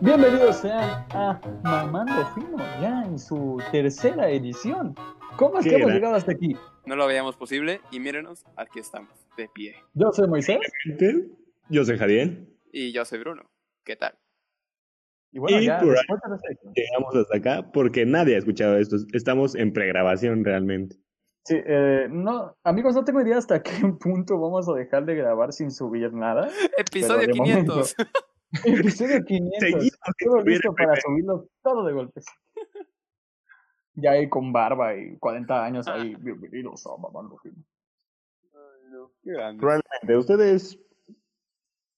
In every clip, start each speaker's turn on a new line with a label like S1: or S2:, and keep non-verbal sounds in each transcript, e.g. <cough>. S1: Bienvenidos sean a Mamando Fino, ya en su tercera edición. ¿Cómo es
S2: Qué
S1: que hemos
S2: gran-
S1: llegado hasta aquí?
S3: No lo veíamos posible y mírenos, aquí estamos, de pie.
S1: Yo soy Moisés.
S2: Gente, Yo soy Javier.
S3: Y yo soy Bruno. ¿Qué tal?
S1: Y bueno,
S2: Y
S1: ya,
S2: por ahí-
S1: después de eso-
S2: Llegamos hasta acá porque nadie ha escuchado esto. Estamos en pregrabación realmente.
S1: Sí, eh, no, amigos, no tengo idea hasta qué <laughs> punto vamos a dejar de grabar sin subir
S2: <laughs>
S1: nada.
S3: <laughs>
S1: de
S3: Episodio <laughs> 500.
S1: Episodio 500.
S2: Seguimos sin
S1: Todo
S2: subir
S1: listo
S2: el
S1: para
S2: primer.
S1: subirlo todo de
S2: <laughs>
S1: golpes. Ya ahí con barba y 40 años
S2: Ah.
S1: ahí, bienvenidos a Mamando Fino.
S3: Qué grande.
S2: Probablemente ustedes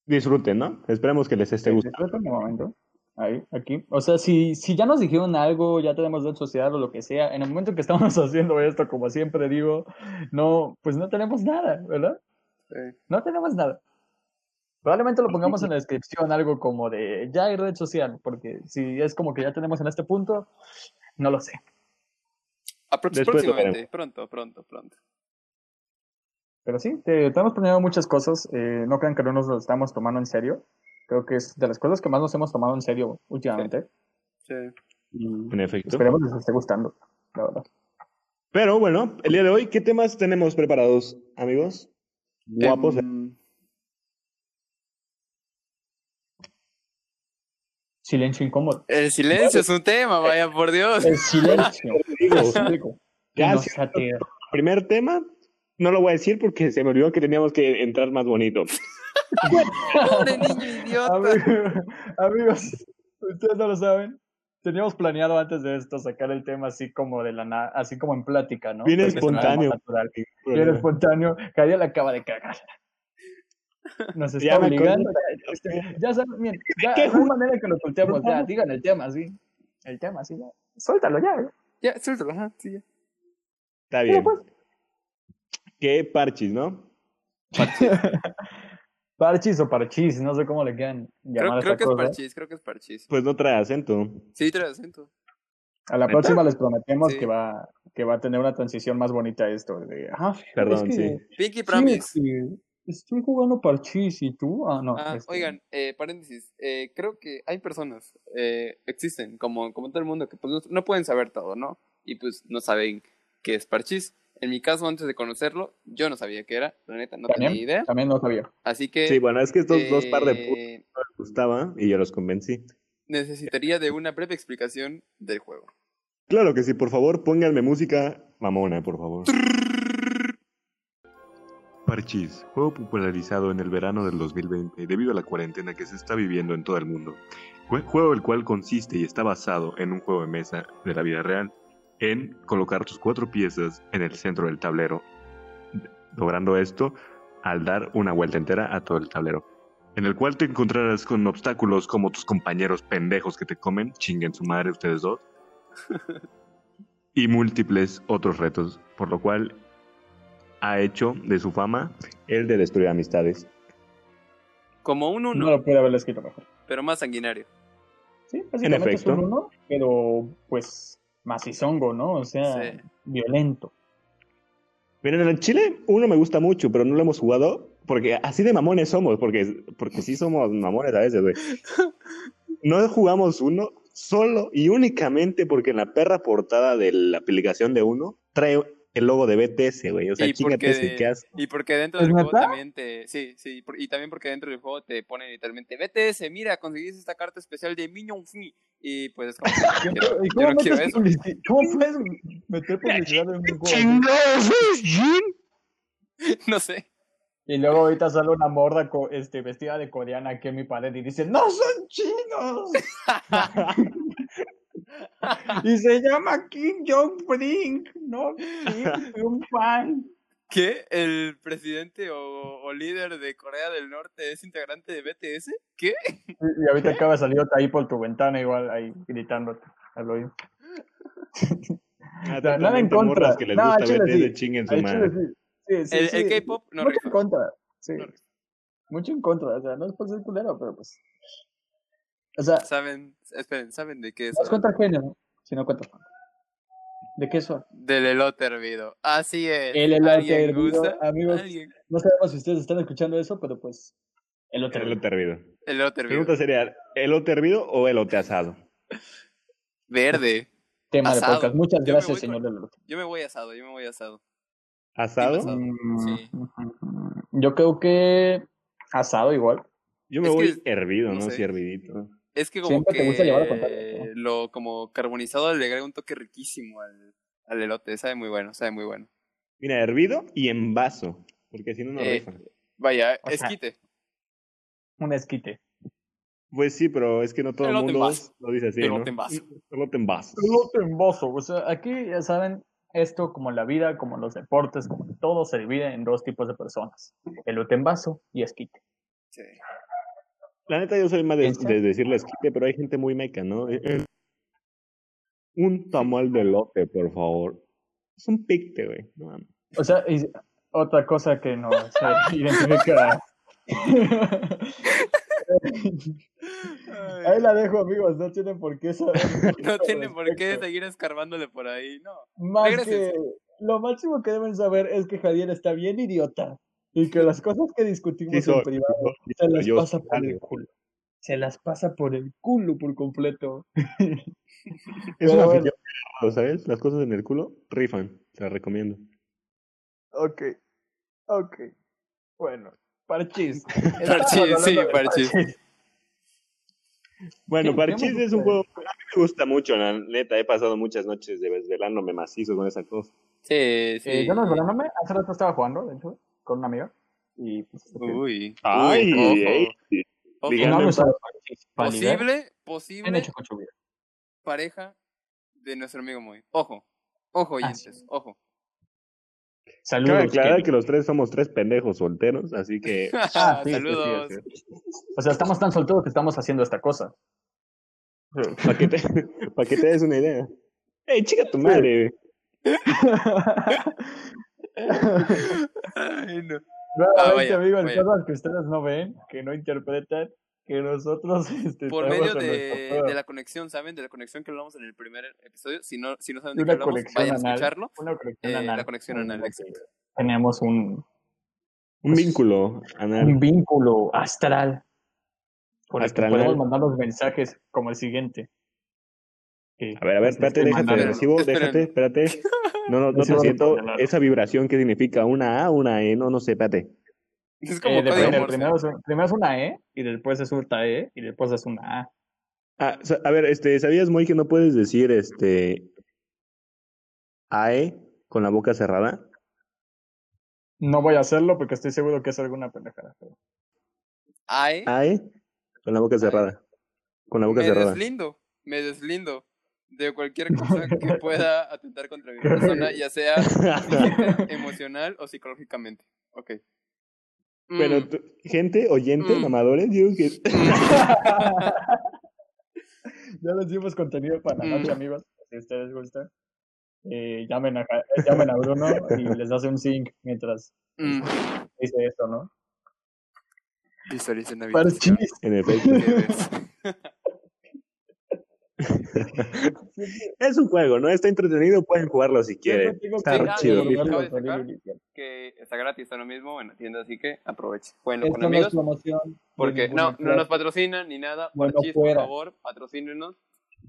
S2: disfruten, ¿no? Esperemos que les esté
S1: Sí,
S2: gustando.
S1: espérate un momento. Ahí, aquí. O sea, si, si ya nos dijeron algo, ya tenemos red social o lo que sea, en el momento que estamos <laughs> haciendo esto, como siempre digo, no, pues no tenemos nada, ¿verdad?
S3: Sí.
S1: No tenemos nada. Probablemente lo pongamos en la descripción algo como de ya hay red social, porque si es como que ya tenemos en este punto, no lo sé.
S3: Apro-
S2: Después lo
S3: próximamente, pronto, pronto, pronto.
S1: Pero sí, te, te hemos planeado muchas cosas. eh, no crean que no nos lo estamos tomando en serio. Creo que es de las cosas que más nos hemos tomado en serio últimamente.
S3: Sí.
S1: Y
S2: En efecto.
S1: esperemos que les esté gustando, la verdad.
S2: Pero bueno, el día de hoy, ¿qué temas tenemos preparados, amigos? Guapos.
S3: Em,
S1: Silencio incómodo.
S3: el silencio es un tema, vaya por <laughs> Dios.
S1: El
S2: <laughs>
S1: silencio.
S2: amigos.
S1: Ya
S2: Gracias. Primer tema, no lo voy a decir porque se me olvidó que teníamos que entrar más bonito.
S3: Pobre niño idiota.
S1: Amigos, ustedes no lo saben. Teníamos planeado antes de esto sacar el tema así como de la na- así como en plática, ¿no?
S2: Bien
S1: Porque es algo más
S2: espontáneo.
S1: natural. Bien espontáneo. Javier la acaba de cagar. Nos está
S2: Ya me
S1: obligando.
S2: acordé.
S1: Ya, ya saben, miren, ya,
S2: <laughs> ¿Qué
S1: no hay manera que lo ocultemos. Ya, digan el tema, sí. El tema, sí. Ya. Suéltalo ya. güey.
S3: Ya, suéltalo, ajá, sí, ya.
S2: Está
S1: Mira,
S2: bien.
S1: pues.
S2: Qué parchis, ¿no?
S1: <laughs> Parchis o parchis, no sé cómo le quieran llamar a
S3: Creo,
S1: esta
S3: creo que es
S1: cosa.
S3: parchis, creo que es parchis.
S2: Pues no trae acento.
S3: Sí, trae acento.
S1: A la
S2: ¿Neta?
S1: próxima les prometemos
S3: Sí.
S1: que va que va a tener una transición más bonita esto. de, ah,
S2: Perdón,
S1: es que-
S2: sí.
S3: Pinky
S1: sí,
S3: Promise.
S1: es que estoy jugando parchís y tú. Ah, no.
S3: Ah,
S1: este,
S3: oigan, eh, paréntesis, eh, creo que hay personas, eh, existen, como, como todo el mundo, que pues, no, no pueden saber todo, ¿no? Y pues no saben qué es parchís. En mi caso, antes de conocerlo, yo no sabía qué era, la neta, no
S1: ¿También?
S3: tenía idea.
S1: También no sabía.
S3: Así que
S2: Sí, bueno, es que estos dos par de putos
S3: eh,
S2: me gustaban y yo los convencí.
S3: necesitaría de una breve explicación del juego.
S2: Claro que sí, por favor, pónganme música mamona, por favor. Parchís, juego popularizado en el verano del 2020 debido a la cuarentena que se está viviendo en todo el mundo. Jue- Juego el cual consiste y está basado en un juego de mesa de la vida real, en colocar tus cuatro piezas en el centro del tablero, logrando esto al dar una vuelta entera a todo el tablero, en el cual te encontrarás con obstáculos como tus compañeros pendejos que te comen, chinguen su madre ustedes dos, y múltiples otros retos, por lo cual ha hecho de su fama el de destruir amistades.
S3: Como un uno,
S1: No lo pude haber escrito mejor.
S3: pero más sanguinario.
S1: Sí, básicamente es un
S2: efecto.
S1: uno, pero pues macizongo, ¿no? O sea,
S3: Sí.
S1: violento.
S2: Miren, en el Chile uno me gusta mucho, pero no lo hemos jugado porque así de mamones somos, porque, porque sí somos mamones a veces, güey. No jugamos uno solo y únicamente porque en la perra portada de la aplicación de uno trae el logo de BTS, güey. O sea,
S3: Y
S2: chingate ese,
S3: porque,
S2: ¿qué haces?
S3: y porque dentro
S1: ¿Es
S3: del juego
S1: neta?
S3: también te. Sí, sí. por- y también porque dentro del juego te pone literalmente BTS, mira, conseguiste esta carta especial de Minion Fi. Y pues es como.
S1: <laughs> Yo-
S3: "Quiero-
S1: ¿y
S3: yo no
S1: metes
S3: quiero eso.
S1: publici- ¿Cómo puedes meter publicidad en un juego?
S2: ¡Chingados, Jin!
S3: <laughs> No sé.
S1: Y luego ahorita sale una morda co- este, vestida de coreana aquí en mi pared y dice, ¡No son chinos! <laughs> y se llama Kim Jong-brink, no Kim Jong-pan.
S3: ¿Qué? ¿El presidente o, o líder de Corea del Norte es integrante de BTS? ¿Qué?
S1: Y, y ahorita acaba de salir otra ahí por tu ventana igual, ahí gritándote al oído. Nada en contra.
S2: Ah, morras que les
S1: No,
S2: gusta
S1: Chile
S2: BTS,
S1: sí.
S2: chinguen su
S1: Ahí
S2: madre.
S1: sí, sí, sí,
S3: el
S1: sí.
S3: el K-pop no
S1: Mucho
S3: rifa.
S1: en contra, sí.
S3: No rifa.
S1: Mucho en contra, o sea, no es por ser culero, pero pues... O sea,
S3: Saben, esperen, ¿saben de qué es?
S1: No cuenta el género, sino cuenta el fondo. ¿De qué eso?
S3: Del elote hervido. Así es.
S1: El elote
S3: ¿Alguien
S1: hervido,
S3: gusta?
S1: amigos.
S3: ¿Alguien?
S1: No sabemos si ustedes están escuchando eso, pero pues. El
S2: Ya
S1: otro.
S2: lo termino.
S3: El elote hervido.
S2: Pregunta sería, ¿elote hervido o elote asado?
S3: Verde.
S1: Tema
S3: Asado.
S1: de podcast. Muchas
S3: Yo me voy
S1: gracias,
S3: con-
S1: señor Lelot.
S3: Yo me voy asado, yo me voy asado.
S2: ¿Asado?
S3: asado. Sí.
S1: Mm, Yo creo que asado igual.
S2: Yo me
S3: Es
S2: voy
S3: que-
S2: hervido,
S3: no
S2: ¿no?
S3: sé.
S2: Sí, hervidito.
S3: Es que como
S1: Siempre
S3: que
S1: te gusta llevar a contrario,
S3: lo como carbonizado le agrega un toque riquísimo al, al elote. Sabe muy bueno, sabe muy bueno.
S2: Mira, hervido y en vaso, porque si no, no
S3: Eh.
S2: rifa.
S3: Vaya,
S1: O sea,
S3: esquite.
S1: Un esquite.
S2: Pues sí, pero es que no todo el
S3: Elote en
S2: mundo
S3: vaso.
S2: lo dice así,
S3: Elote
S2: ¿no?
S3: en vaso.
S2: Elote en vaso.
S1: O sea, aquí ya saben, esto como la vida, como los deportes, como todo se divide en dos tipos de personas. El utembazo y esquite.
S3: Sí.
S2: La neta, yo soy más de,
S1: ¿Piensa?
S2: de decirle esquite, pero hay gente muy meca, ¿no? Eh, eh, Un tamal de elote, por favor. Es un picte, güey. No mames.
S1: O sea, y otra cosa que no <laughs> se identifica. Ahí la dejo, amigos. No tienen por qué saber. mucho
S3: <laughs> No
S1: al
S3: tiene por qué
S1: respecto.
S3: seguir escarbándole por ahí, no.
S1: Más
S3: Regrésense.
S1: que lo máximo que deben saber es que Javier está bien idiota y que las cosas que discutimos
S2: Sí,
S1: en
S2: soy.
S1: privado se
S2: Pero
S1: las
S2: yo
S1: pasa
S2: soy
S1: por el
S2: algo.
S1: culo. Se las pasa por el culo por completo.
S2: Es
S1: Pero
S2: una
S1: bueno.
S2: afición, ¿lo ¿sabes? Las cosas en el culo rifan, te las recomiendo.
S1: Ok, ok. Bueno, <laughs> parchís.
S3: Parchís, sí, parchís.
S2: Bueno,
S1: Sí,
S2: Parchís
S1: tenemos
S2: es un
S1: ustedes.
S2: juego. A mí me gusta mucho, la neta. He pasado muchas noches de desvelándome macizo con esa cosa.
S3: Sí, sí.
S1: Eh, yo no desvelándome, hace rato estaba jugando, de hecho, con una amiga. Y pues, ok.
S3: Uy.
S2: Ay,
S3: uy,
S2: ey,
S3: ojo,
S1: Y
S2: digan-
S1: no
S2: Ganando
S1: han
S2: en
S1: usado parchís.
S3: ojo.
S1: Validar.
S3: Posible,
S1: ¿Qué han
S3: posible
S1: hecho con su vida?
S3: pareja de nuestro amigo Moy. Ojo, ojo,
S1: Ah,
S3: oyentes, ojo.
S1: Saludos.
S2: Cabe aclarar
S1: Kenny.
S2: que los tres somos tres pendejos solteros, así que.
S3: <laughs>
S1: Ah, sí, sí, sí,
S3: Saludos.
S2: sí,
S1: O sea, estamos tan solteros que estamos haciendo esta
S3: <laughs>
S1: cosa.
S2: Para que, te- pa' que te des una idea. ¡Ey, chica tu madre!
S3: Ay, no. Ah,
S1: Nuevamente,
S3: vaya,
S1: amigos,
S3: vaya.
S1: cosas que ustedes no ven, que no interpretan, que nosotros <laughs> este,
S3: Por medio
S1: traemos en
S3: de,
S1: nuestro-
S3: de la conexión, ¿saben? De la conexión que hablamos en el primer episodio. Si no, si no saben de
S1: Una
S3: qué hablamos,
S1: conexión
S3: vayan a
S1: anal.
S3: escucharlo.
S1: una conexión
S3: eh,
S1: anal.
S3: la conexión anal,
S1: Tenemos-
S3: exacto.
S1: Tenemos un,
S2: Un vínculo
S1: un
S2: anal.
S1: vínculo astral. Por el que
S2: Astral.
S1: podemos mandar los mensajes como el siguiente. Que
S2: A ver, a ver,
S1: nos tienes que
S2: espérate, déjate,
S1: mandar.
S3: mandaron.
S2: recibo,
S3: Esperen.
S2: déjate, espérate. No, no, no te
S1: Recibo
S2: siento.
S1: recomendado.
S2: Esa vibración, ¿qué significa? ¿Una A, una E? No, no sé, espérate.
S3: Es como
S1: Eh,
S3: código
S1: depende,
S3: Morse.
S1: primero, es un- primero es una E y después es una E y después es una A.
S2: Ah, sa- a ver, este, ¿sabías, Moy, que no puedes decir este AE con la boca cerrada?
S1: No voy a hacerlo porque estoy seguro que es alguna pendejada. pero-
S3: Ay,
S2: AE con la boca cerrada. Con la boca
S3: me
S2: Ah, cerrada.
S3: deslindo, me deslindo
S1: <laughs>
S3: de cualquier cosa que pueda atentar contra mi persona, ya sea
S2: <laughs>
S3: física, emocional o psicológicamente. Ok. Mm,
S2: Bueno, tú- gente, oyente,
S3: Mm.
S2: mamadores, digo que
S1: Ya les dimos contenido para la noche,
S3: Mm.
S1: amigos. Si ustedes gustan, Eh, llamen, a, Ja- llamen a Bruno
S3: <laughs>
S1: y les hace un zinc mientras
S3: mm, mm.
S1: dice esto, ¿no?
S3: Visualicen la habitación.
S1: Parchís.
S2: en
S3: <laughs>
S2: efecto.
S3: ¿Qué ves?
S2: Es un juego, ¿no? Está entretenido, pueden jugarlo si quieren.
S1: Siempre tengo
S2: Está
S1: que
S2: re chido.
S1: volverlo
S3: Acabo de
S1: a poner
S3: sacar.
S1: inicial.
S3: que está gratis, está lo mismo en la tienda, así que aproveche. Bueno,
S1: Esto
S3: con
S1: no es
S3: amigos,
S1: promoción. de
S3: porque
S1: ninguna
S3: no, no nos
S1: clase.
S3: patrocinan ni nada.
S1: Bueno,
S3: Parchís, por
S1: fuera.
S3: favor, patrocínenos.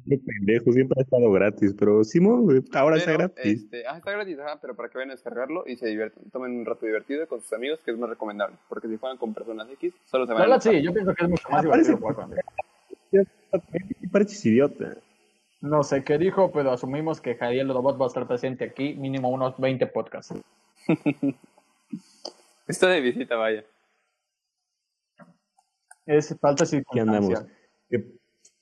S2: Qué pendejo, siempre ha estado gratis, pero Simón, güey, ahora está
S3: Pero,
S2: gratis.
S3: Este, ah, está gratis, ajá, pero para que vayan a descargarlo y se diviertan. Tomen un rato divertido con sus amigos, que es más recomendable. Porque si juegan con personas X, solo se
S1: La
S3: van a
S1: verdad,
S3: enojar.
S1: sí, yo pienso que es
S3: Ah,
S1: mucho más
S2: Aparece-
S1: divertido jugar con él.
S2: Ah, Qué parches idiota.
S1: No sé qué dijo, pero asumimos que Javier Lodobot va a estar presente aquí mínimo unos 20 podcasts.
S3: Está de visita, vaya.
S1: Es falta
S2: Aquí andamos.
S1: circunstancial.
S2: Que,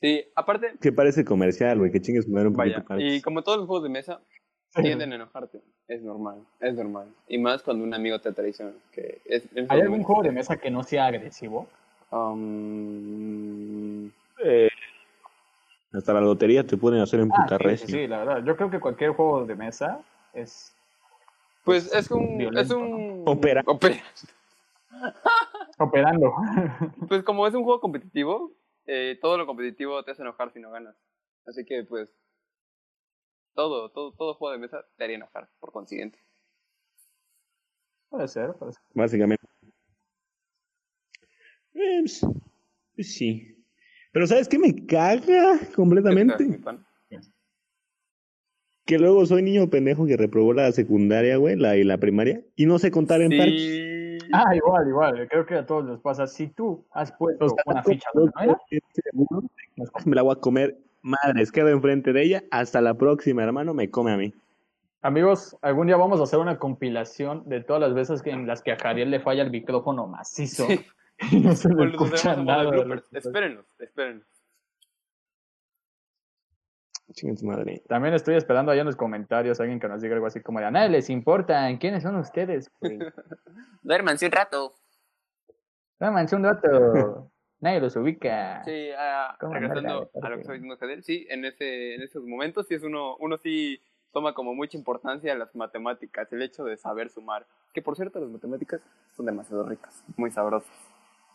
S3: Sí, aparte,
S2: que parece comercial, güey, que chingues madre un
S3: vaya.
S2: poquito. parches.
S3: Y como todos los juegos de mesa, tienden a enojarte. Es normal, es normal. Y más cuando un amigo te traiciona. Que es, en esos
S1: ¿Hay algún
S3: momentos-
S1: juego de mesa que no sea agresivo?
S3: Um,
S2: Eh, hasta la lotería te pueden hacer en
S1: Ah,
S2: puta
S1: sí, sí, sí, la verdad. Yo creo que cualquier juego de mesa es
S3: Pues es un. es
S1: violento,
S3: un.
S2: Opera.
S3: opera.
S1: operando.
S3: Pues como es un juego competitivo, eh, todo lo competitivo te hace enojar si no ganas. Así que, pues. Todo, todo, todo juego de mesa te haría enojar, por consiguiente.
S1: puede ser, puede ser.
S2: Básicamente. Eh, pues, Pues sí. Pero ¿sabes qué me caga completamente? Que luego soy niño pendejo que reprobó la secundaria, güey, la, y la primaria, y no sé contar en parches.
S3: Sí.
S1: Ah, igual, igual. Creo que a todos les pasa. Si tú has puesto
S2: O sea,
S1: una
S2: con
S1: ficha
S2: dos,
S1: donde no era,
S2: tres, seguro, me la voy a comer. Madres, quedo enfrente de ella. Hasta la próxima, hermano, me come a mí.
S1: Amigos, algún día vamos a hacer una compilación de todas las veces que, en las que a Javier le falla el micrófono macizo.
S3: <laughs> Sí.
S1: <laughs> Y no se le
S3: Pues los
S1: escucha
S3: demás en modo
S1: nada.
S3: de
S1: de lo
S3: bloopers.
S1: que-
S3: Espérenlos, espérenlos.
S2: Chinga su madre.
S1: También estoy esperando allá en los comentarios alguien que nos diga algo así como de a nadie les importan, ¿quiénes son ustedes? Pues, güey?
S3: Duérmanse un rato.
S1: Dámanse un dato,
S3: <laughs>
S1: nadie los ubica.
S3: Sí, <laughs> ah,
S1: ¿Cómo
S3: regresando
S1: andar,
S3: a lo que
S1: Jorge?
S3: está diciendo Javier, sí, en, ese, en esos momentos sí es uno, uno sí toma como mucha importancia las matemáticas, el hecho de saber sumar. Que por cierto, las matemáticas son demasiado ricas, muy sabrosas.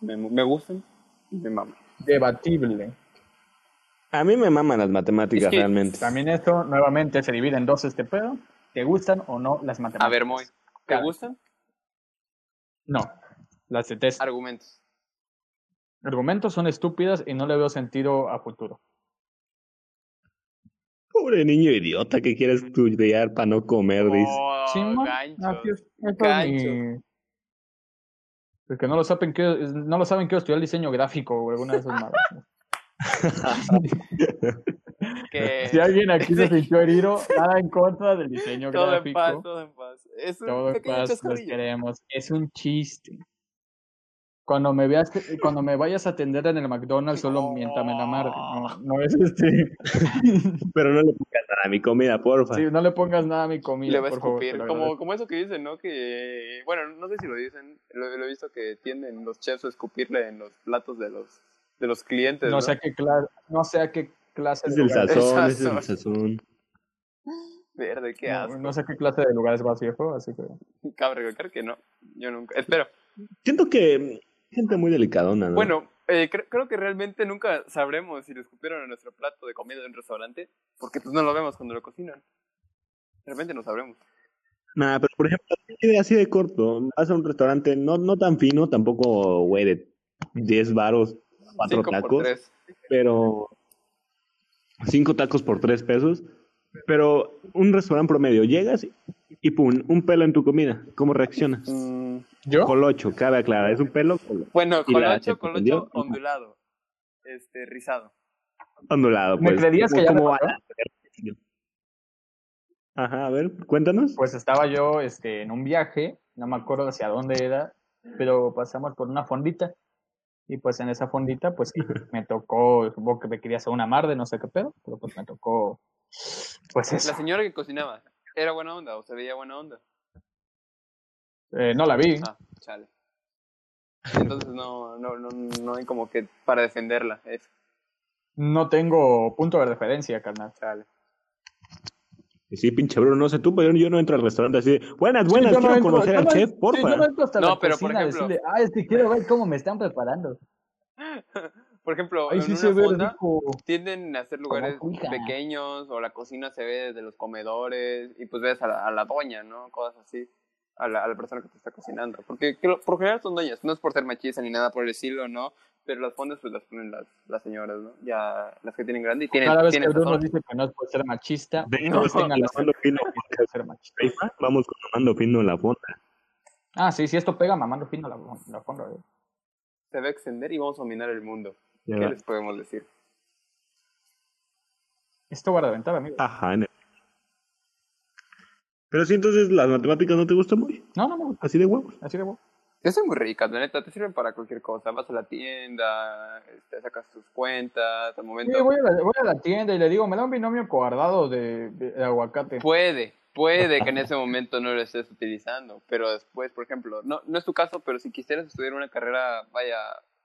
S3: Me, me gustan y me maman.
S1: Debatible.
S2: A mí me maman las matemáticas,
S3: Es que
S2: realmente.
S1: También esto, nuevamente, se divide en dos este pedo. ¿Te gustan o no las matemáticas?
S3: A ver, Moy, ¿te
S1: Claro.
S3: gustan?
S1: No, las detesto.
S3: Argumentos.
S1: Argumentos son estúpidas y no le veo sentido a futuro.
S2: Pobre niño idiota que quiere estudiar para no comer, dice.
S3: Oh,
S1: Simón, así
S3: ganchos.
S1: es, eso es
S3: ganchos.
S1: mi- Es que no lo saben que no lo saben que estudiar diseño gráfico o alguna de esas madres. ¿no?
S3: <laughs> Que
S1: <laughs> Si alguien aquí se
S3: Sí.
S1: sintió herido, nada en contra del diseño
S3: todo en
S1: gráfico.
S3: paz, todo en paz. Es un
S1: Todo en
S3: pequeño
S1: paz, los
S3: chascarrillo.
S1: queremos. Es un chiste. Cuando me veas, cuando me vayas a atender en el McDonald's, solo miéntame la madre.
S3: Ah.
S1: No, no es este.
S2: Pero no le pongas nada a mi comida, porfa.
S1: Sí, no le pongas nada a mi comida,
S3: le va a
S1: por favor. te
S3: escupir.
S1: lo
S3: como,
S1: agradezco.
S3: como eso que dicen, ¿no? Que, bueno, no sé si lo dicen, lo, lo he visto que tienden los chefs a escupirle en los platos de los, de los clientes.
S1: No sé a qué clase, no sé a qué clase <laughs>
S2: es
S1: de
S2: el
S1: lugar-
S2: sazón,
S3: El
S2: es el sazón.
S3: Verde, qué
S1: no,
S3: asco.
S1: no sé a qué clase de lugares va viejo, así que.
S3: <laughs> Cabe recalcar que no. Yo nunca. Espero.
S2: Siento que mm, gente muy delicadona, ¿no?
S3: Bueno, eh, cre- creo que realmente nunca sabremos si le escupieron en nuestro plato de comida de un restaurante, porque pues no lo vemos cuando lo cocinan. Realmente no sabremos.
S2: Nada, pero por ejemplo, idea así de corto. Vas a un restaurante no, no tan fino, tampoco, güey, de 10 varos, cuatro
S3: Cinco por
S2: tacos,
S3: tres.
S2: pero cinco tacos por tres pesos. Pero un restaurante promedio, llegas y, y pum, un pelo en tu comida. ¿Cómo reaccionas?
S3: Mm,
S1: ¿Yo?
S2: Colocho, cabe aclarar, es un pelo colo-
S3: bueno,
S2: ¿Y la-
S3: colocho,
S2: te sorprendió?
S3: colocho ondulado. Este, rizado.
S2: ondulado,
S1: ¿Me
S2: pues.
S1: creerías que ya me
S2: como
S1: pasó?
S2: a la- Ajá, a ver, cuéntanos.
S1: Pues estaba yo este, en un viaje, no me acuerdo hacia dónde era, pero pasamos por una fondita. Y pues en esa fondita, pues
S2: <laughs>
S1: sí, me tocó, supongo que me quería hacer una marde, no sé qué pedo, pero pues me tocó. Pues
S3: La
S1: eso.
S3: señora que cocinaba, ¿era buena onda o se veía buena onda?
S1: Eh, no la vi.
S3: Ah, chale. Entonces no, no, no, no hay como que para defenderla. Es,
S1: No tengo punto de referencia, carnal.
S3: chale.
S2: Sí, pinche Bruno, no sé tú, pero yo, yo no entro al restaurante así de, buenas, buenas,
S1: Sí, yo no
S2: quiero
S1: entro-
S2: conocer
S1: yo
S2: al
S1: no
S2: chef,
S1: en- sí,
S2: porfa.
S1: yo no entro hasta
S3: No,
S1: la
S3: pero, por
S1: cocina a
S3: ejemplo-
S1: decirle, ah, es que quiero ver cómo me están preparando.
S3: Por ejemplo,
S1: Ahí
S3: en
S1: sí
S3: una
S1: se ve
S3: fonda
S1: rico.
S3: tienden a ser lugares
S1: cuija.
S3: pequeños o la cocina se ve desde los comedores y pues ves a la, a la doña, ¿no? Cosas así. A la, a la persona que te está cocinando. Porque que lo- por general son doñas. No es por ser machista ni nada por el estilo, ¿no? Pero las fondas pues las ponen las, las señoras, ¿no? Ya las que tienen grande y tienen,
S1: Cada vez que
S3: tienen
S1: Bruno
S3: sazón.
S1: dice que no es por ser machista,
S2: De-
S1: no,
S2: no,
S3: <laughs>
S1: tengan la
S2: Tomando Pino
S1: certeza de ser machista.
S2: Paipa, vamos con Tomando Pino la fonda.
S1: Ah, sí, si esto pega, mamando fino la, la fonda. eh.
S3: Se va a extender y vamos a dominar el mundo. ¿Qué les podemos decir?
S1: Esto guardaventar, amigo.
S2: Ajá. en el- Pero sí, entonces, ¿las matemáticas no te gustan muy?
S1: No, no me gusta.
S2: Así de huevos.
S1: Así de bueno.
S3: Sí, son muy ricas, la neta, te sirven para cualquier cosa. Vas a la tienda, este, sacas tus cuentas, al
S1: Sí,
S3: momento.
S1: voy a, la, voy a la tienda y le digo, me da un binomio cuadrado de, de- de aguacate.
S3: Puede, puede que en ese momento no lo estés utilizando, pero después, por ejemplo, no, no es tu caso, pero si quisieras estudiar una carrera, vaya,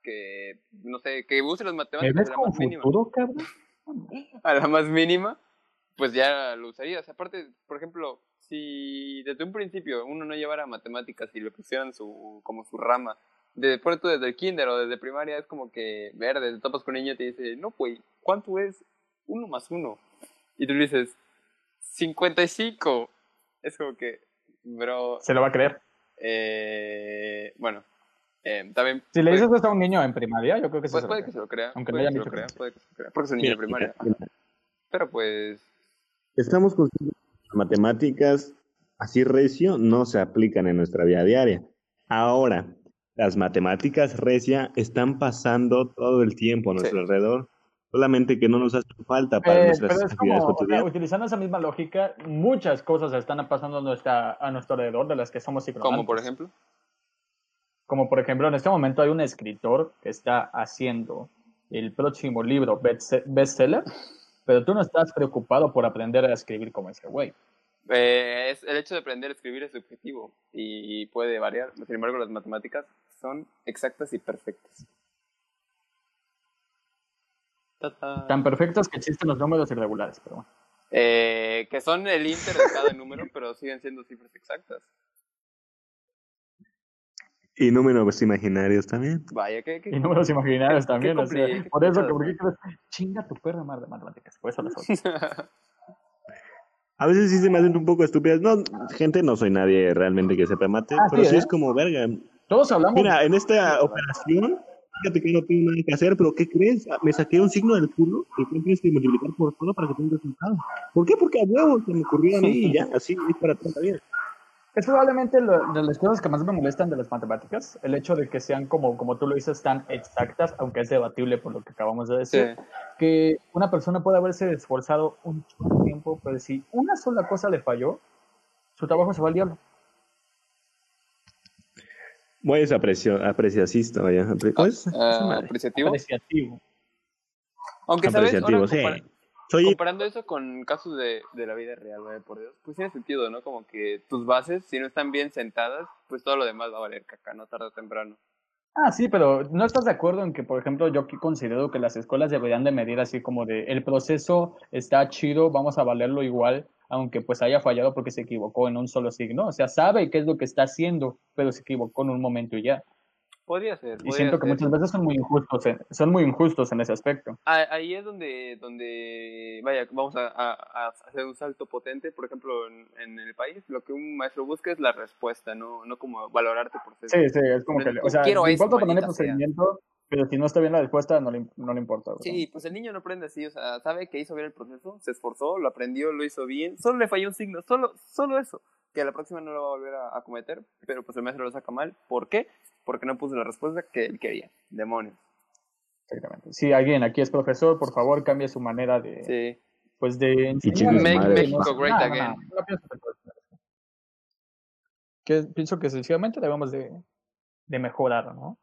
S3: que, no sé, que use las
S1: ¿Me
S3: matemáticas
S1: ves
S3: a la
S1: con
S3: más mínima,
S1: futuro, cabrón?
S3: <laughs> a la más mínima, pues ya lo usarías. Aparte, por ejemplo, si desde un principio uno no llevara matemáticas y le pusieran su, como su rama, de pronto desde el kinder o desde primaria es como que verde, te topas con un niño y te dice, no, pues, ¿cuánto es uno más uno? Y tú le dices, 55. Es como que, bro,
S1: Se lo va a creer.
S3: eh, bueno, Eh, también
S1: Si le
S3: puede-
S1: dices eso a un niño en primaria, yo creo que sí.
S3: Puede,
S1: se lo
S3: puede
S1: cree.
S3: que se lo crea.
S1: Aunque
S3: puede
S1: no
S3: que
S1: hayan
S3: se lo
S1: dicho que
S3: crea, puede que se lo crea, Porque es un niño de primaria.
S2: Mira,
S3: Pero pues.
S2: Estamos conscientes que las matemáticas así recio no se aplican en nuestra vida diaria. Ahora, las matemáticas recia están pasando todo el tiempo a nuestro
S3: Sí.
S2: alrededor, solamente que no nos hace falta para
S1: Eh,
S2: nuestras
S1: pero es
S2: actividades
S1: como, o sea,
S2: cotidianas.
S1: utilizando esa misma lógica, muchas cosas están pasando a, nuestra, a nuestro alrededor de las que somos ignorantes.
S3: Como por ejemplo.
S1: Como por ejemplo, en este momento hay un escritor que está haciendo el próximo libro bestse- bestseller, pero tú no estás preocupado por aprender a escribir como ese güey.
S3: eh, es, el hecho de aprender a escribir es subjetivo y puede variar. Sin embargo, las matemáticas son exactas y perfectas. Ta-ta.
S1: Tan perfectos que existen los números irregulares, pero bueno.
S3: Eh, que son el inter de cada
S1: <laughs>
S3: número, pero siguen siendo cifras exactas.
S2: Y números imaginarios también.
S3: Vaya, que.
S1: Y números imaginarios también. o sea,
S3: compli- <laughs> qué
S1: por eso,
S3: complicado
S1: como que crees, chinga tu perra madre de matemáticas. Por eso las
S3: <laughs>
S1: odio.
S2: A veces sí se me hacen un poco estúpidas. No, gente, no soy nadie realmente que sepa mate,
S1: Ah,
S2: pero
S1: sí,
S2: sí
S1: ¿eh?
S2: es como verga.
S1: Todos hablamos.
S2: Mira, en esta operación, fíjate que no tengo nada que hacer, pero ¿qué crees? Me saqué un signo del culo y tú tienes que multiplicar por todo para que tenga un resultado. ¿Por qué? Porque a huevo se me ocurrió a mí y ya, así es para toda la vida.
S1: Es probablemente lo- de las cosas que más me molestan de las matemáticas, el hecho de que sean como, como tú lo dices, tan exactas, aunque es debatible por lo que acabamos de <laughs>
S3: Sí.
S1: decir, que una persona puede haberse esforzado un chorro de tiempo, pero si una sola cosa le falló, su trabajo se va al diablo.
S2: Muy desaprecio, apreciacista, vaya. apre- ¿Cómo es? Esa
S3: Ah,
S2: madre.
S3: apreciativo.
S1: Apreciativo.
S3: Aunque sabes, ahora
S2: Apreciativo, sí.
S3: compara-
S2: Soy
S3: comparando eso con casos de, de la vida real, vaya por Dios, pues tiene sentido, ¿no? Como que tus bases, si no están bien sentadas, pues todo lo demás va a valer caca, no tarde o temprano.
S1: Ah, sí, pero ¿no estás de acuerdo en que, por ejemplo, yo aquí considero que las escuelas deberían de medir así como de el proceso está chido, vamos a valerlo igual, aunque pues haya fallado porque se equivocó en un solo signo? O sea, sabe qué es lo que está haciendo, pero se equivocó en un momento y ya.
S3: Podría ser.
S1: Y
S3: podría
S1: siento que
S3: ser.
S1: muchas veces son muy injustos, en- son muy injustos en ese aspecto.
S3: Ah, Ahí es donde, donde vaya, vamos a, a- a hacer un salto potente. Por ejemplo, en, en el país, lo que un maestro busca es la respuesta, no, no como valorar tu proceso.
S1: Sí, sí, es como que,
S3: Pero
S1: o sea,
S3: pues, quiero
S1: le
S3: esto,
S1: importa también el
S3: maldita sea.
S1: procedimiento, pero si no está bien la respuesta, no le, im- no le importa. ¿verdad?
S3: Sí, pues el niño no aprende así, o sea, sabe que hizo bien el proceso, se esforzó, lo aprendió, lo hizo bien, solo le falló un signo, solo, solo eso, que a la próxima no lo va a volver a, a cometer, pero pues el maestro lo saca mal, ¿por qué? Porque no puso la respuesta que él quería, demonios.
S1: Exactamente. Si alguien aquí es profesor, por favor, cambie su manera de,
S3: Sí,
S1: pues de enseñar.
S2: chingue su
S1: a la
S2: madre,
S1: gente,
S2: México
S1: sé.
S3: great again.
S1: no pienso que todo es- que pienso que sencillamente debemos de, de mejorar, ¿no?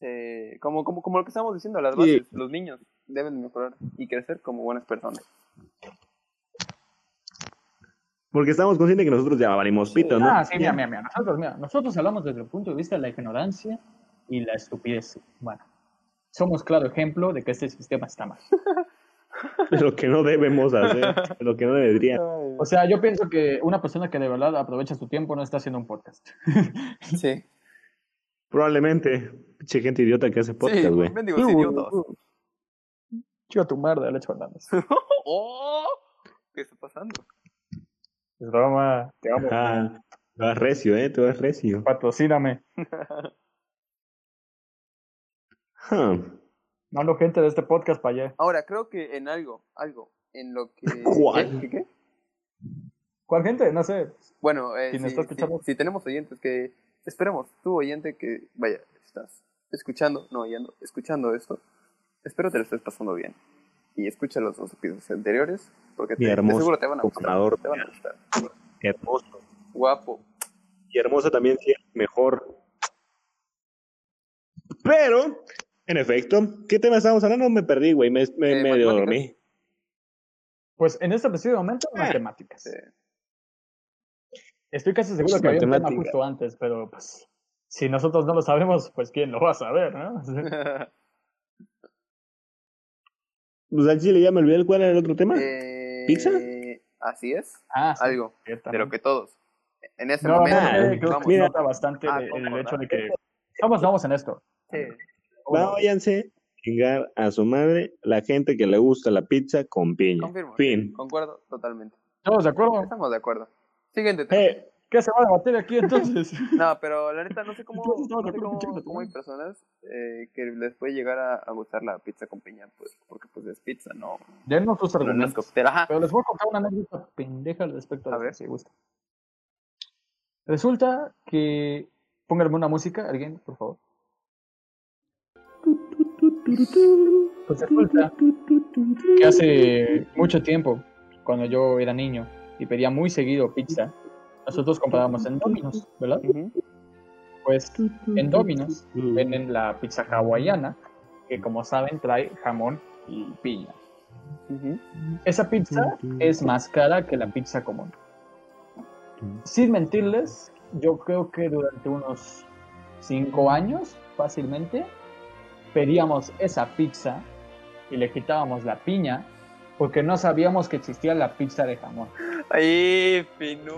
S3: sí, como, como, como lo que estábamos diciendo, las
S2: Sí.
S3: bases, los niños deben mejorar y crecer como buenas personas.
S2: porque estamos conscientes que nosotros ya valimos pito, ¿no?
S1: Ah, sí, mira, mira, mira. Nosotros, mira, nosotros hablamos desde el punto de vista de la ignorancia y la estupidez humana. Somos claro ejemplo de que este sistema está mal.
S2: <laughs> Lo que no debemos
S3: <laughs>
S2: hacer, lo que no debería.
S1: O sea, yo pienso que una persona que de verdad aprovecha su tiempo no está haciendo un podcast.
S3: Sí,
S2: Probablemente, pinche gente idiota que hace podcast,
S3: sí,
S2: güey. Uh.
S3: mendigos idiotas.
S1: Chiva tu madre, Alex Fernández.
S3: <laughs> ¡Oh! ¿Qué está pasando?
S1: Es broma. Te amo.
S2: Ah, te vas recio, ¿eh? Te vas
S1: <laughs>
S2: recio.
S1: Patrocíname.
S2: Ah,
S1: Mando gente de este podcast para allá.
S3: Ahora, creo que en algo, algo, en lo que...
S2: <laughs> ¿Cuál?
S3: ¿Qué? ¿Qué? qué?
S1: ¿Cuál gente? No sé.
S3: Bueno, eh,
S1: Si
S3: si,
S1: nos está
S3: si-
S1: escuchando.
S3: si tenemos oyentes que esperemos, tú oyente que vaya, estás escuchando, no oyendo, escuchando esto, espero te lo estés pasando bien. Y escucha los dos episodios anteriores, porque
S2: Mi
S3: te, de
S2: hermoso
S3: seguro te van a gustar.
S2: gobernador.
S3: Te van a gustar.
S2: hermoso.
S3: Guapo.
S2: Y hermosa también sí es mejor. Pero, en efecto, ¿qué tema estábamos hablando? Me perdí, güey. Me, me,
S3: Eh,
S2: medio
S3: matemáticas.
S2: dormí.
S1: Pues en este preciso momento,
S2: Ah.
S1: matemáticas.
S3: Eh, Sí.
S1: Estoy casi seguro que había un tema
S2: Matemática.
S1: justo antes, pero pues si nosotros no lo sabemos, pues quién lo va a saber, <laughs> ¿no?
S3: <laughs>
S2: Pues al chile ya me olvidé cuál era el otro tema.
S3: Eh,
S2: ¿Pizza?
S3: Así es.
S1: Ah, sí,
S3: Algo
S1: ciertamente.
S3: de lo que todos. En ese
S1: No,
S3: momento.
S1: no,
S2: Ah,
S1: eh, creo
S3: vamos.
S1: que se
S2: mira.
S1: nota bastante
S3: Ah,
S1: el- el,
S3: concorda.
S1: hecho de que somos nuevos en esto.
S3: Sí.
S1: Uno.
S2: Váyanse a chingar a su madre la gente que le gusta la pizza con piña.
S3: Confirmo.
S2: Fin.
S3: Concuerdo totalmente. <laughs>
S1: ¿Todos de acuerdo?
S3: Estamos de acuerdo. Siguiente tema.
S2: Eh,
S1: ¿Qué se va a debatir aquí <laughs> entonces?
S3: No, pero la neta no sé cómo,
S1: Entonces, no,
S3: no
S1: no
S3: sé
S1: creo
S3: cómo,
S1: que chingas, ¿no?
S3: cómo hay personas eh, que les puede llegar a, a gustar la pizza con piña, pues, porque pues es pizza, no,
S1: Denos sus
S3: no es
S1: argumentos.
S3: cóctel. Ajá,
S1: Pero les voy a contar una anécdota pendeja al respecto a,
S3: A
S1: ver
S3: ver.
S1: si gusta. Resulta que. Pónganme una música, alguien, por favor. Pues resulta que hace mucho tiempo, cuando yo era niño y pedía muy seguido pizza, nosotros comprábamos en Domino's, ¿verdad?
S3: Ujú.
S1: Pues en Domino's venden la pizza hawaiana, que como saben trae jamón y piña.
S3: ujú.
S1: Esa pizza es más cara que la pizza común. Sin mentirles, yo creo que durante unos 5 años, fácilmente, pedíamos esa pizza y le quitábamos la piña porque no sabíamos que existía la pizza de jamón.
S3: Ay, Pino.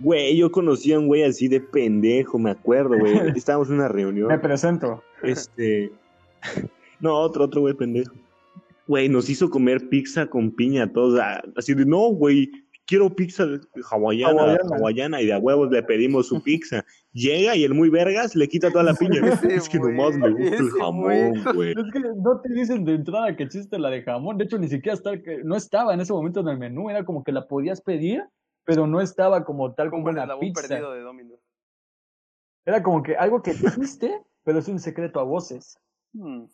S2: Güey, yo conocí a un güey así de pendejo, me acuerdo,
S3: <laughs>
S2: güey. Estábamos en una reunión.
S1: Me presento.
S2: Este. No, otro, otro güey pendejo. Güey, nos hizo comer pizza con piña a todos. a- Así de, no, güey, quiero pizza de- hawaiana,
S1: Hawaiana.
S2: hawaiana. Y de a huevos le pedimos su pizza. Llega y el muy vergas le quita
S1: <laughs>
S2: toda la piña.
S3: Ese
S2: es que nomás me
S3: güey,
S2: gusta el
S3: ese güey.
S2: jamón, güey.
S1: Es que no te dicen de entrada que existe la de jamón. De hecho, ni siquiera está, que- no estaba en ese momento en el menú. Era como que la podías pedir, pero no estaba como tal como
S3: Como el
S1: una
S3: eslabón
S1: pizza.
S3: perdido de Domino's.
S1: Era como que algo que existe, pero es un secreto a voces.
S3: Hmm.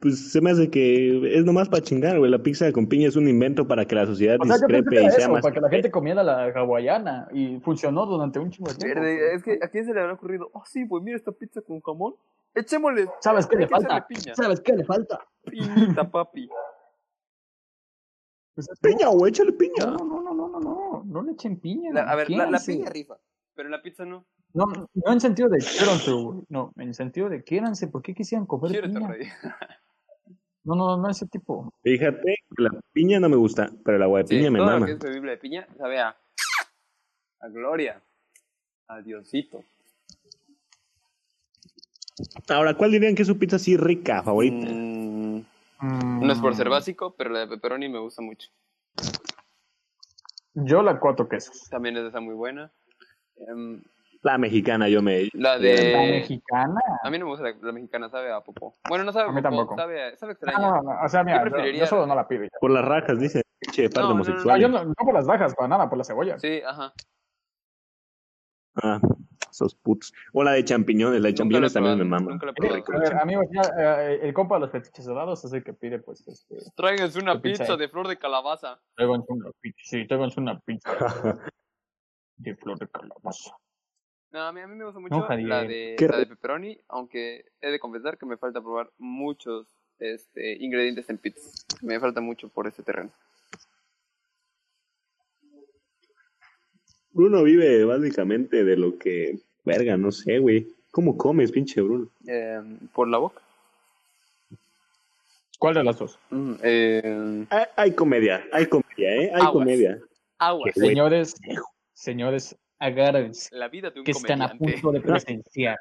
S2: Pues se me hace que es nomás para chingar, güey. La pizza con piña es un invento para que la sociedad
S1: O sea, yo pensé que
S2: discrepe
S1: era
S2: y sea
S1: eso,
S2: más.
S1: para que la gente comiera la hawaiana y funcionó durante un chingo de tiempo.
S3: Verde, es que a quién se le habrá ocurrido, oh sí, pues mira esta pizza con jamón, echémosle
S1: ¿Sabes qué
S3: hay
S1: le
S3: que echarle
S1: falta?
S3: piña.
S1: ¿Sabes qué le falta?
S3: piñita, papi.
S1: Pues es-
S2: Piña, güey, échale piña.
S1: No, no, no, no, no, no, no le echen piña.
S3: La- a ver, la, la
S1: quiéranse.
S3: piña rifa, pero la pizza no.
S1: No, no en sentido de quiéranse, güey. No, en sentido de quiéranse, ¿por qué quisieran comer
S3: Quiérete,
S1: piña?
S3: rey.
S1: No, no, no, ese tipo.
S2: Fíjate que la piña no me gusta, pero el agua de
S3: Sí,
S2: piña me
S3: todo lo
S2: mama.
S3: que es bebible de piña sabe a, a gloria, a Diosito.
S2: Ahora, ¿cuál dirían que es su pizza así rica, favorita?
S3: Mm, no es por ser básico, pero la de pepperoni me gusta mucho.
S1: Yo la cuatro quesos.
S3: También es esa muy buena. Em,
S2: La mexicana, yo me.
S3: la
S1: La
S3: de...
S1: mexicana.
S3: a mí no me gusta la, la mexicana, sabe a popó. Bueno, no sabe
S1: A
S3: a
S1: mí
S3: popó,
S1: tampoco.
S3: sabe, a- sabe
S1: Ah,
S3: extraña.
S1: no, no, o sea, mira, yo- yo,
S3: preferiría-
S1: solo no la pido. ya.
S2: Por las rajas, dice. Che, par de
S3: No, no, no,
S1: Ah,
S2: homosexuales.
S1: yo no, no por las bajas, para nada, por las cebollas.
S3: Sí, ajá.
S2: Ah, esos putos. O la de champiñones. La de
S3: Nunca
S2: champiñones
S3: la he
S2: también me
S3: probado,
S2: mama.
S3: nunca la he
S2: Qué
S1: Sí,
S3: probado.
S2: rico
S1: Eh, a
S2: la
S1: ver,
S2: champiñón.
S1: amigos, ya, eh, el compa de los fetiches dorados es el que pide, pues, este,
S3: Tráiganse una
S1: ¿Qué pizza
S3: pizza,
S1: es?
S3: de flor de calabaza.
S1: tráiganse una pizza, sí, tráiganse una pizza de flor de calabaza.
S3: No, a mí, a mí me gusta mucho
S1: No, Javier.
S3: la de,
S2: Qué
S3: la de
S2: rico.
S3: pepperoni, aunque he de confesar que me falta probar muchos este, ingredientes en pizza. Me falta mucho por este terreno.
S2: Bruno vive básicamente de lo que. Verga, no sé, güey. ¿Cómo comes, pinche Bruno?
S3: Eh, ¿Por la boca?
S1: ¿Cuál de las dos?
S3: Mm, eh,
S1: em,
S2: Hay, hay comedia, hay comedia, ¿eh? Hay
S3: Aguas.
S2: comedia.
S3: aguas.
S2: Qué güey.
S1: Señores, señores, agárrense,
S3: La vida de un
S1: que están a
S3: comediante.
S1: punto de presenciar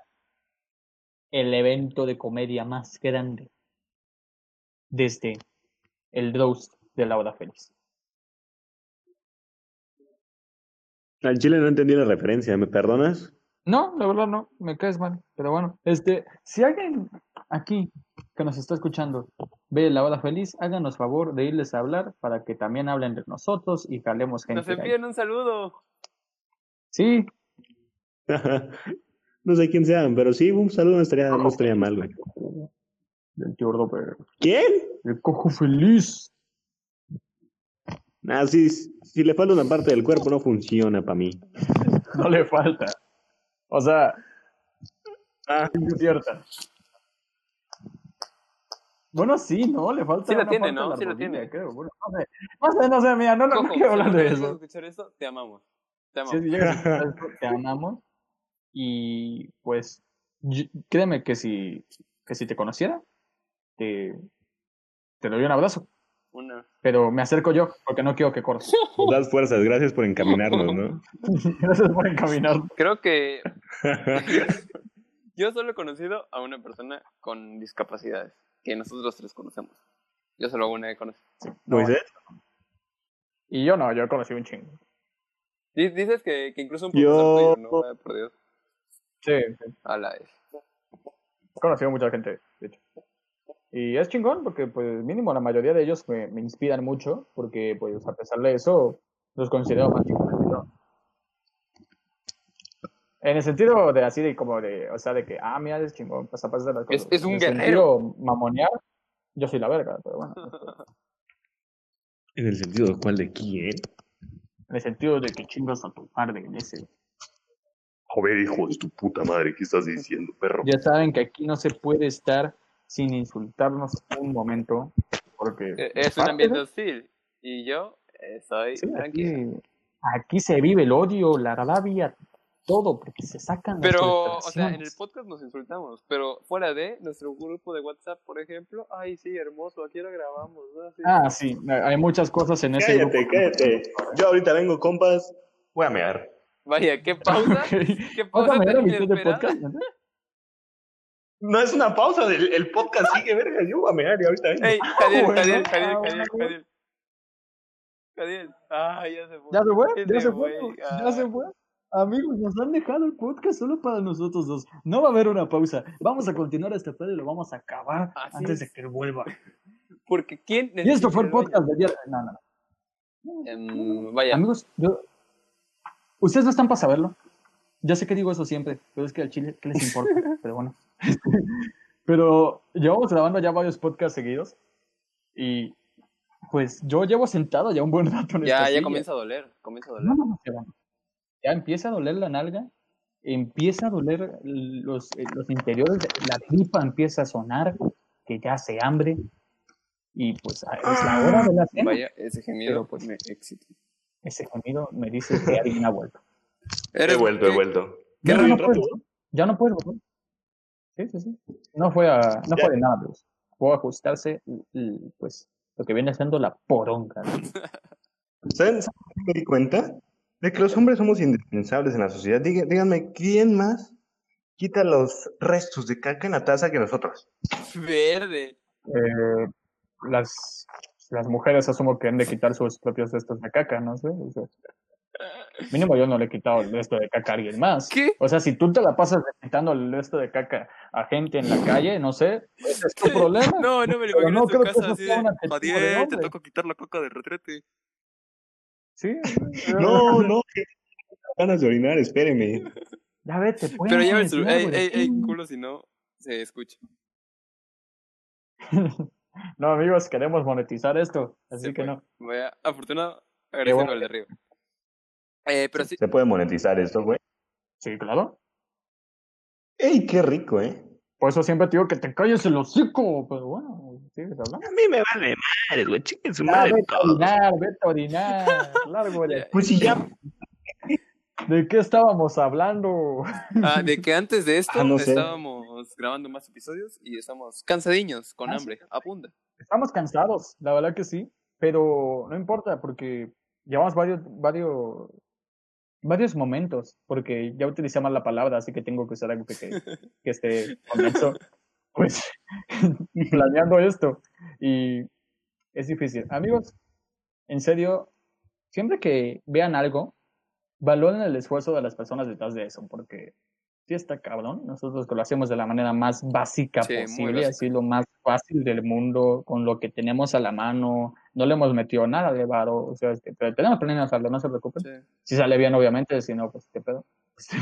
S1: el evento de comedia más grande desde el roast de Laura Félix.
S2: Al chile no entendí la referencia, ¿me perdonas? <laughs>
S1: No, la verdad no, me caes mal, pero bueno, este, si alguien aquí que nos está escuchando ve la hora feliz, háganos favor de irles a hablar para que también hablen de nosotros y jalemos gente.
S3: Nos
S1: de ahí.
S3: envían un saludo.
S1: Sí,
S2: no sé quién sean, pero sí, un saludo no estaría, no estaría mal, güey.
S1: del tío Robert,
S2: ¿Quién?
S1: el cojo feliz.
S2: Ah, sí, si le falta una parte del cuerpo no funciona para mí.
S1: No le falta. O sea,
S2: Ah.
S1: es cierta. Bueno, sí, ¿no? Le falta
S3: Sí la
S1: una
S3: tiene,
S1: parte de
S3: ¿no?
S1: la
S3: Sí la
S1: rodilla,
S3: tiene.
S1: creo. Bueno, no sé, no sé, no sé, mira, no, no, no
S3: Cojo,
S1: quiero hablar
S3: si
S1: de
S3: llegas a
S1: eso.
S3: escuchar esto, te amamos. Te
S1: Si
S3: amamos.
S1: es que llegas a escuchar esto, te amamos. Y pues, yo- créeme que si, que si te conociera, te, te doy un abrazo.
S3: Una.
S1: Pero me acerco yo, porque no quiero que <laughs>
S3: <laughs>
S1: corras.
S2: Nos das fuerzas, gracias por encaminarnos, <laughs> ¿no?
S1: Gracias por encaminar. <laughs>
S3: Creo que Yo solo he conocido a una persona con discapacidades, que nosotros tres conocemos. Yo solo a una he conocido.
S2: Moisés,
S1: Y yo no, yo conocí un chingo.
S3: Di- Dices que, que incluso un
S2: Yo-
S3: profesor tuyo, ¿no? Ay, por Dios.
S1: Sí,
S3: A la vez.
S1: he conocido mucha gente, de hecho. Y es chingón porque, pues, mínimo, la mayoría de ellos me, me inspiran mucho porque, pues, a pesar de eso, los considero más chingones que yo. En el sentido de así, de como de, o sea, de que, ah, mira, es chingón, pasa, pasa las
S3: Es-
S1: cosas.
S3: es un
S1: En el
S3: guerrero.
S1: sentido mamonear, yo soy la verga, pero bueno.
S2: En el sentido de ¿eh? cuál de quién.
S1: En el sentido de que chingas a tu padre en ese.
S4: Joder, hijo de tu puta madre, ¿qué estás diciendo, perro?
S1: Ya saben que aquí no se puede estar sin insultarnos un momento, porque...
S3: Eh, Es un ambiente hostil. Y yo eh, soy
S1: Ah, Sí,
S3: tranquilo.
S1: aquí, aquí se vive el odio, la rabia, todo, porque se sacan las
S3: Pero, o sea, en el
S1: frustraciones.
S3: podcast nos insultamos, pero fuera de nuestro grupo de WhatsApp, por ejemplo, ay, sí, hermoso, aquí lo grabamos, ¿no? Así.
S1: Ah, sí, hay muchas cosas en ese
S2: <laughs> Cállate,
S1: grupo.
S2: cállate. Yo ahorita vengo, compas. Voy a mear.
S3: Vaya,
S1: <laughs>
S3: qué pausa,
S1: Ok.
S3: qué pausa
S1: Pásame la
S3: tan
S1: mitad de
S3: inesperada.
S1: podcast. ¿no?
S2: No es una pausa, el, el podcast sigue, verga. Yo voy a mear y ahorita vengo.
S3: Ey, Javier,
S1: <laughs> bueno,
S3: Javier,
S1: ah,
S3: Javier,
S1: bueno.
S3: Javier, Javier. Javier, ah, ya se fue.
S1: Ya se fue,
S3: Ese
S1: ya se fue,
S3: güey,
S1: ya se
S3: ah.
S1: fue. Amigos, nos han dejado el podcast solo para nosotros dos. No va a haber una pausa. Vamos a continuar este pedo y lo vamos a acabar
S3: Así
S1: antes
S3: es.
S1: de que él
S3: <laughs>
S1: vuelva.
S3: Porque quién
S1: Y esto fue el
S3: necesita baño?
S1: podcast del día. No, no, no.
S3: Em, vaya,
S1: Amigos, yo... ustedes no están para saberlo. Ya sé que digo eso siempre, pero es que al chile, ¿qué les
S3: <laughs>
S1: importa? Pero bueno. pero llevamos grabando ya varios podcasts seguidos y pues yo llevo sentado ya un buen rato en esta
S3: ya, ya
S1: silla.
S3: comienza a doler, comienza a doler.
S1: No, no, no se van. Ya empieza a doler la nalga, empieza a doler los, eh, los interiores, la tripa empieza a sonar, que ya hace hambre y pues ah, es la hora de la cena.
S3: Vaya, ese gemido
S1: Pero, pues,
S3: me excita.
S1: Ese sonido me dice que alguien ha vuelto.
S4: He
S3: Eres-
S4: vuelto, he
S3: eh,
S4: vuelto.
S1: Ya
S2: Qué
S1: no,
S2: bien
S1: no
S2: rato,
S1: puedes. Ya no puedes volver. Sí, sí, sí. No fue, a, no
S2: Ya.
S1: fue de nada, pues. Fue a ajustarse, y- y, pues, lo que viene siendo la poronga. ¿no?
S2: ¿Saben, saben qué me di cuenta? De que los hombres somos indispensables en la sociedad. Diga- díganme, ¿quién más quita los restos de caca en la taza que nosotros?
S3: Verde.
S1: Eh, las, las mujeres asumo que han de quitar sus propios restos de caca, no sé. o sea, mínimo yo no le he quitado el resto de caca a alguien más.
S3: ¿Qué?
S1: O sea, si tú te la pasas quitando el resto de caca a gente en la calle, no sé, ese es tu
S3: <laughs> ¿Qué?
S1: problema.
S3: No, no me lo
S1: Pero
S3: imagino
S1: no
S3: en su
S1: creo que
S3: casa
S1: eso
S3: así
S1: sea
S3: de,
S1: un adjetivo de
S3: Javier, te
S1: hombre".
S3: tocó quitar la coca del retrete.
S1: Sí.
S2: No, <laughs> no, que ganas de orinar, espéreme.
S1: Ya vete, pues.
S3: Pero lleva el
S1: ya,
S3: celular, ey,
S1: güey,
S3: ey, ey,
S1: sí.
S3: culo, si no, se escucha.
S1: <laughs> No, amigos, queremos monetizar esto, así
S3: Se
S1: que
S3: fue.
S1: no.
S3: Vaya, afortunado,
S1: Qué
S3: agradeciendo
S1: bueno.
S3: al de arriba. Eh, pero sí,
S2: <laughs> ¿Se puede monetizar esto, güey?
S1: Sí, claro.
S2: ¡Ey, qué rico, eh!
S1: Por eso siempre te digo que te calles el hocico, pero bueno, sigues hablando.
S2: A mí me vale madre, güey. Chiquen su
S1: Ah,
S2: madre
S1: vete a
S2: todo.
S1: orinar, vete a orinar. Largo de
S3: Ya.
S1: aquí.
S2: Pues si ya.
S1: ¿De qué estábamos hablando?
S3: ah, de que antes de esto
S2: Ah, no sé.
S3: estábamos grabando más episodios y estamos cansadiños, con
S1: Ah, sí.
S3: hambre, abunda.
S1: Estamos cansados, la verdad que sí, pero no importa porque llevamos varios, varios, varios momentos, porque ya utilicé mal la palabra, así que tengo que usar algo que, que,
S3: <laughs>
S1: que esté conexo, pues <laughs> planeando esto. Y es difícil. Amigos, en serio, siempre que vean algo, valoren el esfuerzo de las personas detrás de eso, porque si está cabrón, nosotros lo hacemos de la manera más básica
S3: Sí, muy
S1: posible,
S3: básica.
S1: así lo más fácil del mundo, con lo que tenemos a la mano, no le hemos metido nada de varo, o sea, este, pero tenemos planeado hacerlo, no se preocupen. Si sale bien, obviamente, si no, pues qué
S2: <laughs>
S1: pedo.
S3: Sí.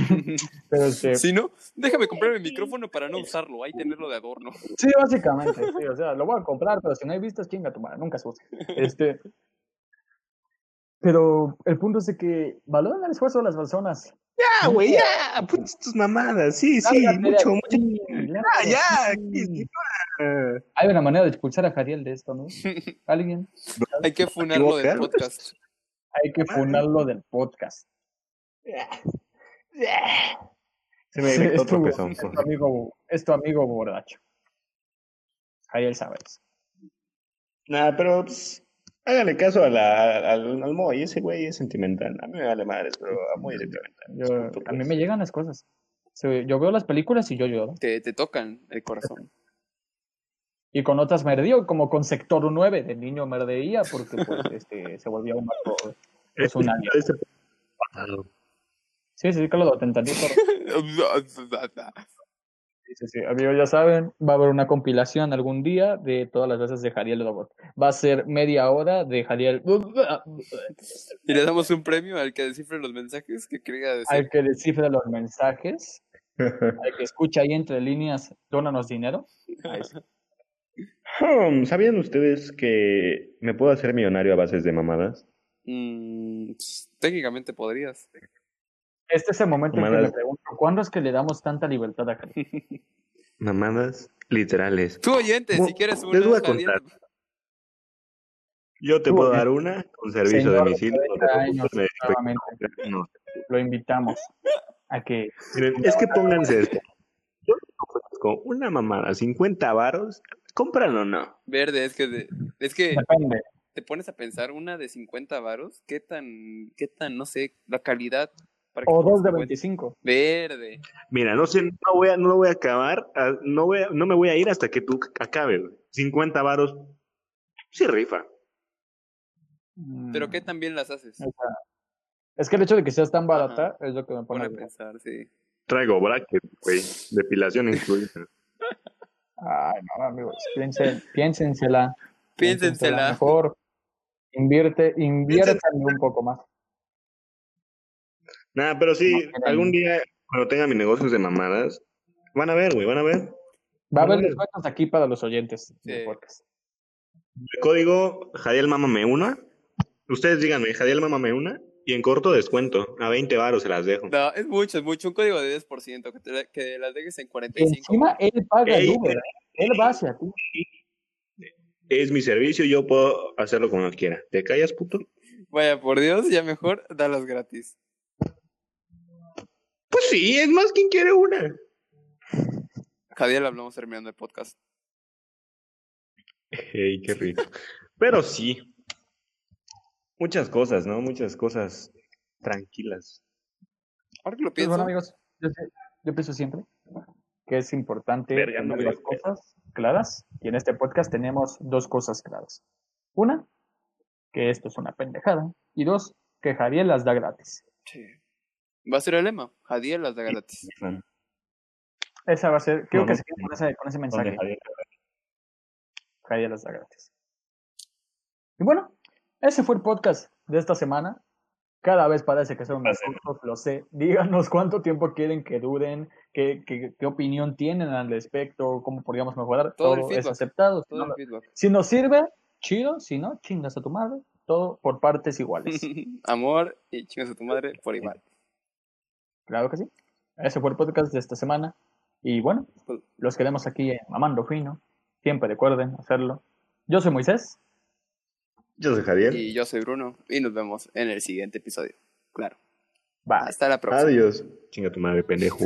S1: Pero este,
S3: si no, déjame comprarme el micrófono para no usarlo, ahí tenerlo de adorno.
S1: Sí, básicamente, sí, o sea, lo voy a comprar, pero si no hay vistas, chinga tu madre, nunca se usa. Este, pero el punto es de que valoran el esfuerzo de las personas.
S2: Ya, güey, ya. Pues tus mamadas. Sí, sí.
S1: Lárgate de
S2: Mucho,
S1: aquí,
S2: mucho.
S1: lárgate de
S2: ya,
S1: aquí.
S2: aquí, Eh,
S1: Hay una manera de expulsar a Jariel de esto,
S2: <laughs>
S1: ¿no? Alguien.
S3: Hay que funarlo del
S2: ¿Equivocar?
S3: podcast.
S1: Hay que funarlo del podcast.
S2: Se me
S1: Sí, <laughs> es,
S2: directó otro
S1: tu,
S2: pezón. pues.
S1: es tu amigo, es tu amigo borracho. Jariel sabe eso.
S2: Nada, pero pues, háganle caso a la, al, al Moy, ese güey es sentimental. A mí me vale madres, pero a Moy es sentimental.
S1: Yo,
S2: Punto,
S1: a mí
S2: pues.
S1: me llegan las cosas. Sí, yo veo las películas y yo lloro.
S3: Te, te tocan el corazón.
S1: Y con otras merdió, como con Sector 9, de niño merdeía, porque
S2: <laughs>
S1: pues, este, se volvió un marco. Es un año.
S2: Ese- pasado.
S1: Sí, sí, claro, tentativo. Sí, sí, sí. Amigos, ya saben, va a haber una compilación algún día de todas las veces de Jariel Robot. Va a ser media hora de Jariel.
S3: y le damos un premio al que descifre los mensajes que crea decir.
S1: Al que descifra los mensajes, al que escucha ahí entre líneas, dónanos dinero. A ese.
S2: Hmm, ¿Sabían ustedes que me puedo hacer millonario a bases de mamadas?
S3: Mm, pues, técnicamente podrías.
S1: Este es el momento en que
S2: Mamadas.
S1: le pregunto, ¿cuándo es que le damos tanta libertad a Jariel?
S2: Mamadas literales.
S3: Tú oyente,
S2: Bueno,
S3: si quieres una.
S2: les voy a
S3: está bien.
S2: Yo te
S1: Tú,
S2: puedo
S1: eh,
S2: dar una con servicio
S1: señor
S2: a
S1: de
S2: domicilio.
S1: 40 años, nuevamente,
S2: No.
S1: lo invitamos a que
S2: Miren, es que pónganse esto. <laughs> Yo les ofrezco una mamada, 50 varos, cómpralo o no.
S3: Verde, es que, de- es que
S1: depende.
S3: te pones a pensar una de 50 varos, ¿qué tan, qué tan, no sé, la calidad? para que
S1: O
S3: te
S1: dos de
S3: des
S1: 25.
S3: cuenta? Verde.
S2: Mira, no sé, no voy a, no lo voy a acabar, ah, no, voy a- no me voy a ir hasta que tú acabes. 50 varos, sí rifa.
S3: Mm. Pero
S1: Mm.
S3: qué tan bien las haces.
S1: O sea, Es que el hecho de que seas tan
S3: Ajá.
S1: barata es lo que me pone.
S3: Pone
S1: a
S3: a
S1: dudar.
S3: pensar, sí.
S2: Traigo bracket, güey, depilación incluida.
S1: Ay, no, amigos, piensen, piénsensela.
S3: Piénsensela.
S1: Mejor invierte, inviértanle
S2: Piénsensela.
S1: un poco más.
S2: Nada, pero
S1: No,
S2: sí,
S1: pero-
S2: algún día cuando tenga mis negocios de mamadas, van a ver, güey, van a ver.
S1: Va a haber
S2: Vale.
S1: descuentos aquí para los oyentes del
S3: Sí.
S1: podcast.
S2: El código Jadiel Mámame una. Ustedes díganme, Jadiel Mámame una. Y en corto descuento, a 20 varos se las dejo.
S3: No, es mucho, es mucho. Un código de 10%, que, te la- que las dejes en
S1: Y
S3: 45.
S1: encima él paga
S2: Ey,
S1: el Uber. ¿eh? Él va hacia ti.
S2: Es mi servicio, yo puedo hacerlo como quiera. ¿Te callas, puto?
S3: Vaya, por Dios, ya mejor dalas gratis.
S2: Pues sí, es más quien quiere una.
S3: Javier, lo hablamos terminando el podcast.
S2: Ey, qué rico. Pero sí. Muchas cosas, ¿no? Muchas cosas tranquilas.
S3: Ahora que lo
S1: Pues
S3: pienso,
S1: bueno, amigos, yo, sé- yo pienso siempre que es importante
S2: Verga, no
S1: tener
S2: me
S1: las
S2: digas.
S1: cosas claras. Y en este podcast tenemos dos cosas claras. Una, que esto es una pendejada. Y dos, que Javier las da gratis.
S3: sí. va a ser el lema. Javier las da gratis.
S1: Esa va a ser, creo
S2: No,
S1: que
S2: no,
S1: se queda con ese, con ese
S2: Donde
S1: mensaje.
S2: Jadiel-
S1: Javier las da gratis. Y bueno, ese fue el podcast de esta semana. Cada vez parece que son más
S2: Pase.
S1: cortos, lo sé. Díganos cuánto tiempo quieren que duren, qué, qué, qué opinión tienen al respecto, cómo podríamos mejorar. Todo,
S3: Todo el
S1: es
S3: feedback.
S1: aceptado. Si,
S3: Todo el
S1: no- <laughs>
S3: feedback.
S1: si nos sirve, chido. Si no, chingas a tu madre. Todo por partes
S3: <laughs>
S1: iguales.
S3: Amor y chingas a tu madre por igual.
S1: claro que sí. Ese fue el podcast de esta semana. Y bueno, los queremos aquí en Mamando Fino. Siempre recuerden hacerlo. Yo soy Moisés.
S2: Yo soy Javier.
S3: Y yo soy Bruno y nos vemos en el siguiente episodio. Claro.
S1: Bye.
S3: Hasta la próxima.
S2: Adiós. Chinga tu madre, pendejo.